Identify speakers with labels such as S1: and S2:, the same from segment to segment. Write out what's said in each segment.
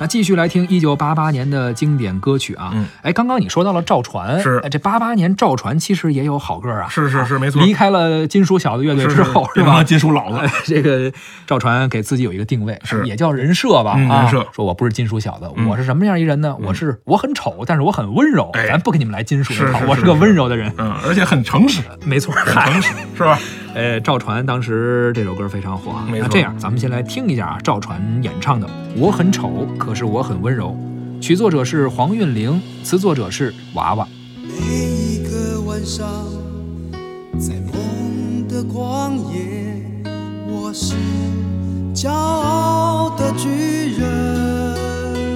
S1: 那继续来听一九八八年的经典歌曲啊
S2: 嗯，
S1: 哎、刚刚你说到了赵传，
S2: 是
S1: 哎这八八年赵传其实也有好歌啊，
S2: 是是是，没错。
S1: 离开了金属小的乐队
S2: 是
S1: 之后是
S2: 是吧？哎
S1: 吧？
S2: 金属老子
S1: 呃， 这个赵传给自己有一个定位，
S2: 是
S1: 也叫人设吧？
S2: 嗯
S1: 啊，
S2: 人设
S1: 说我不是金属小子，
S2: 嗯
S1: 我是什么样一人呢？我是我很丑，但是我很温柔。
S2: 哎
S1: 咱不跟你们来金属
S2: 是
S1: 的，
S2: 是
S1: 我是
S2: 是
S1: 个
S2: 是
S1: 温柔的人。
S2: 嗯，而且很诚实，
S1: 没错，
S2: 很
S1: 嗨，
S2: 诚实，是吧？
S1: 呃，赵传当时这首歌非常火啊。
S2: 没
S1: 那
S2: 错
S1: 这样，咱们先来听一下啊，赵传演唱的《我很丑，可是我很温柔》，曲作者是黄韵玲，词作者是娃娃。
S3: 每一个晚上，在梦的旷野，我是骄傲的巨人。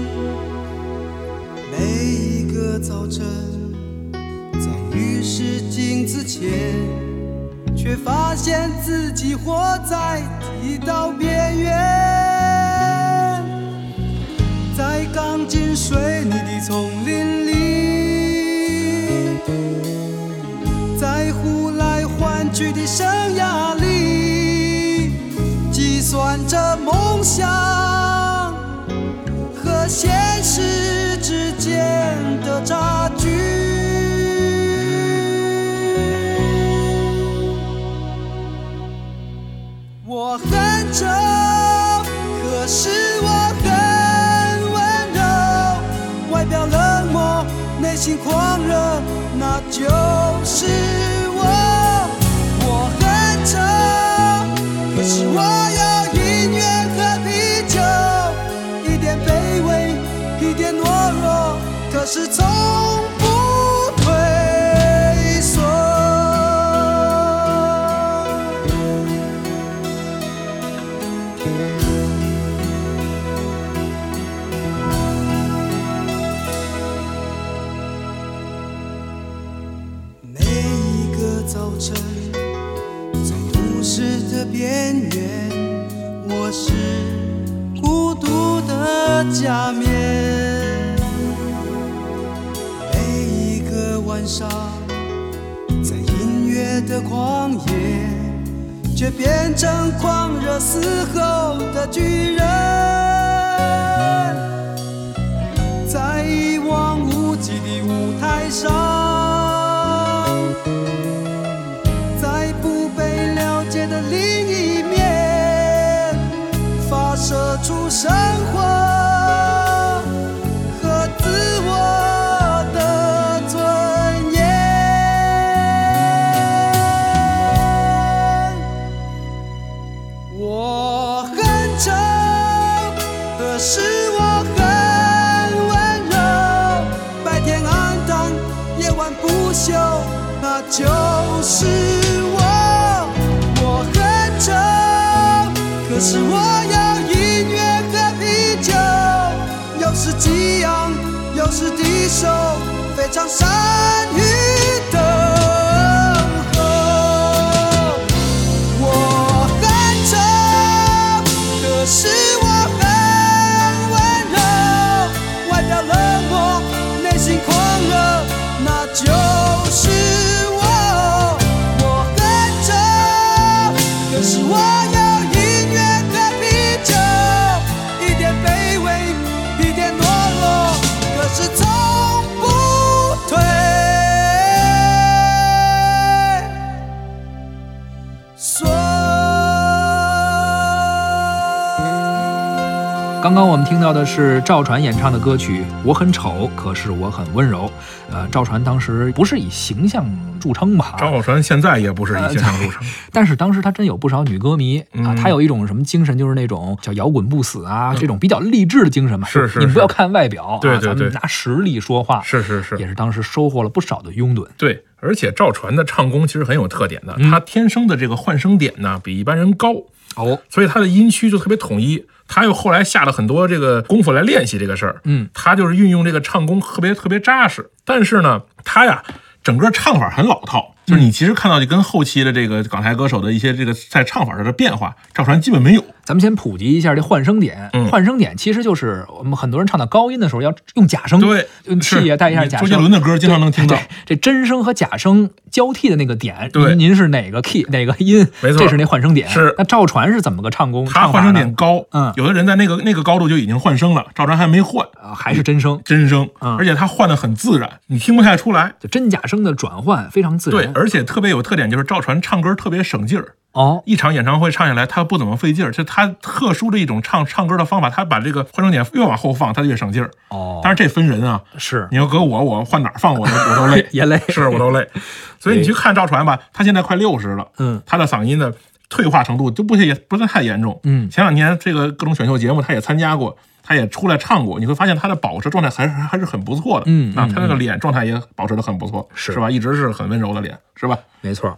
S3: 每一个早晨，在浴室镜子前，却发现自己活在剃刀边缘。在钢筋水泥的丛林里，在呼来唤去的生涯里，计算着梦想和现实之间的差距。我很丑，可是我很温柔，外表冷漠，内心狂热，那就是我。我很丑，可是我有音乐和啤酒，一点卑微，一点懦弱，可是从不退缩。每一个早晨，在都市的边缘，我是孤独的假面。每一个晚上，在音乐的旷野，却变成狂热嘶吼的巨人。在一望无际的舞台上，在不被了解的另一面，发射出生活和自我的尊严。我很丑，可是我很温柔，白天暗淡，夜晚不休，那就是我。我很丑，可是我有音乐和啤酒，有时激昂，有时低首，非常善于等候。我很丑，可是我很温柔，外表冷漠，内心狂热，那就是我。我很丑，可是我有音乐和啤酒，一点卑微，一点懦弱，可是从不退。说。
S1: 刚刚我们听到的是赵传演唱的歌曲《我很丑，可是我很温柔》。呃，赵传当时不是以形象著称吧？
S2: 张小川现在也不是以现场著称，
S1: 但是当时他真有不少女歌迷啊，
S2: 嗯
S1: 他有一种什么精神，就是那种叫摇滚不死啊，这种比较励志的精神嘛。
S2: 是是
S1: 你们不
S2: 是
S1: 要看外表，
S2: 对
S1: 啊，
S2: 对
S1: 咱
S2: 对
S1: 们拿实力说话，
S2: 是是是
S1: 也，是当时收获了不少的拥趸。
S2: 对，而且赵传的唱功其实很有特点的，他天生的这个换声点呢比一般人高，
S1: 哦，
S2: 所以他的音区就特别统一。他又后来下了很多这个功夫来练习这个事儿，
S1: 嗯，
S2: 他就是运用这个唱功特别特别扎实。但是呢，他呀，整个唱法很老套，就是你其实看到就跟后期的这个港台歌手的一些这个在唱法上的变化，赵传基本没有。
S1: 咱们先普及一下这换声点。
S2: 嗯
S1: 换声点其实就是我们很多人唱到高音的时候要用假声，
S2: 对
S1: 用气
S2: 是
S1: 也带一下
S2: 你
S1: 假
S2: 周
S1: 声。
S2: 杰伦的歌经常能听到
S1: 对这真声和假声交替的那个点。
S2: 对
S1: 您您是哪个 key 哪个音？
S2: 没错
S1: 这是那换声点。
S2: 是
S1: 那赵传是怎么个唱功？
S2: 他
S1: 唱法
S2: 换声
S1: 呢
S2: 点高，
S1: 嗯
S2: 有的人在那个那个高度就已经换声了，赵传还没换
S1: 啊，还是真声？
S2: 真声，
S1: 嗯
S2: 而且他换的很自然，你听不太出来。
S1: 就真假声的转换非常自
S2: 对
S1: 然。，
S2: 而且特别有特点就是赵传唱歌特别省劲儿，
S1: 哦，
S2: 一场演唱会唱下来他不怎么费劲儿，就他特殊的一种唱唱歌的方法，他把这个换声点越往后放，他就越省劲儿。
S1: 哦，
S2: 但是这分人啊，
S1: 是，
S2: 你要搁我，我换哪儿放我都我都累
S1: 也累
S2: 是我都累。所以你去看赵传吧，他现在快六十了，
S1: 嗯
S2: 他的嗓音的退化程度就不也不是太严重。
S1: 嗯
S2: 前两年这个各种选秀节目他也参加过，他也出来唱过，你会发现他的保持状态还是还是很不错的。
S1: 嗯
S2: 啊
S1: 嗯，
S2: 他那个脸状态也保持的很不错，
S1: 是
S2: 吧？一直是很温柔的脸，是吧？
S1: 没错。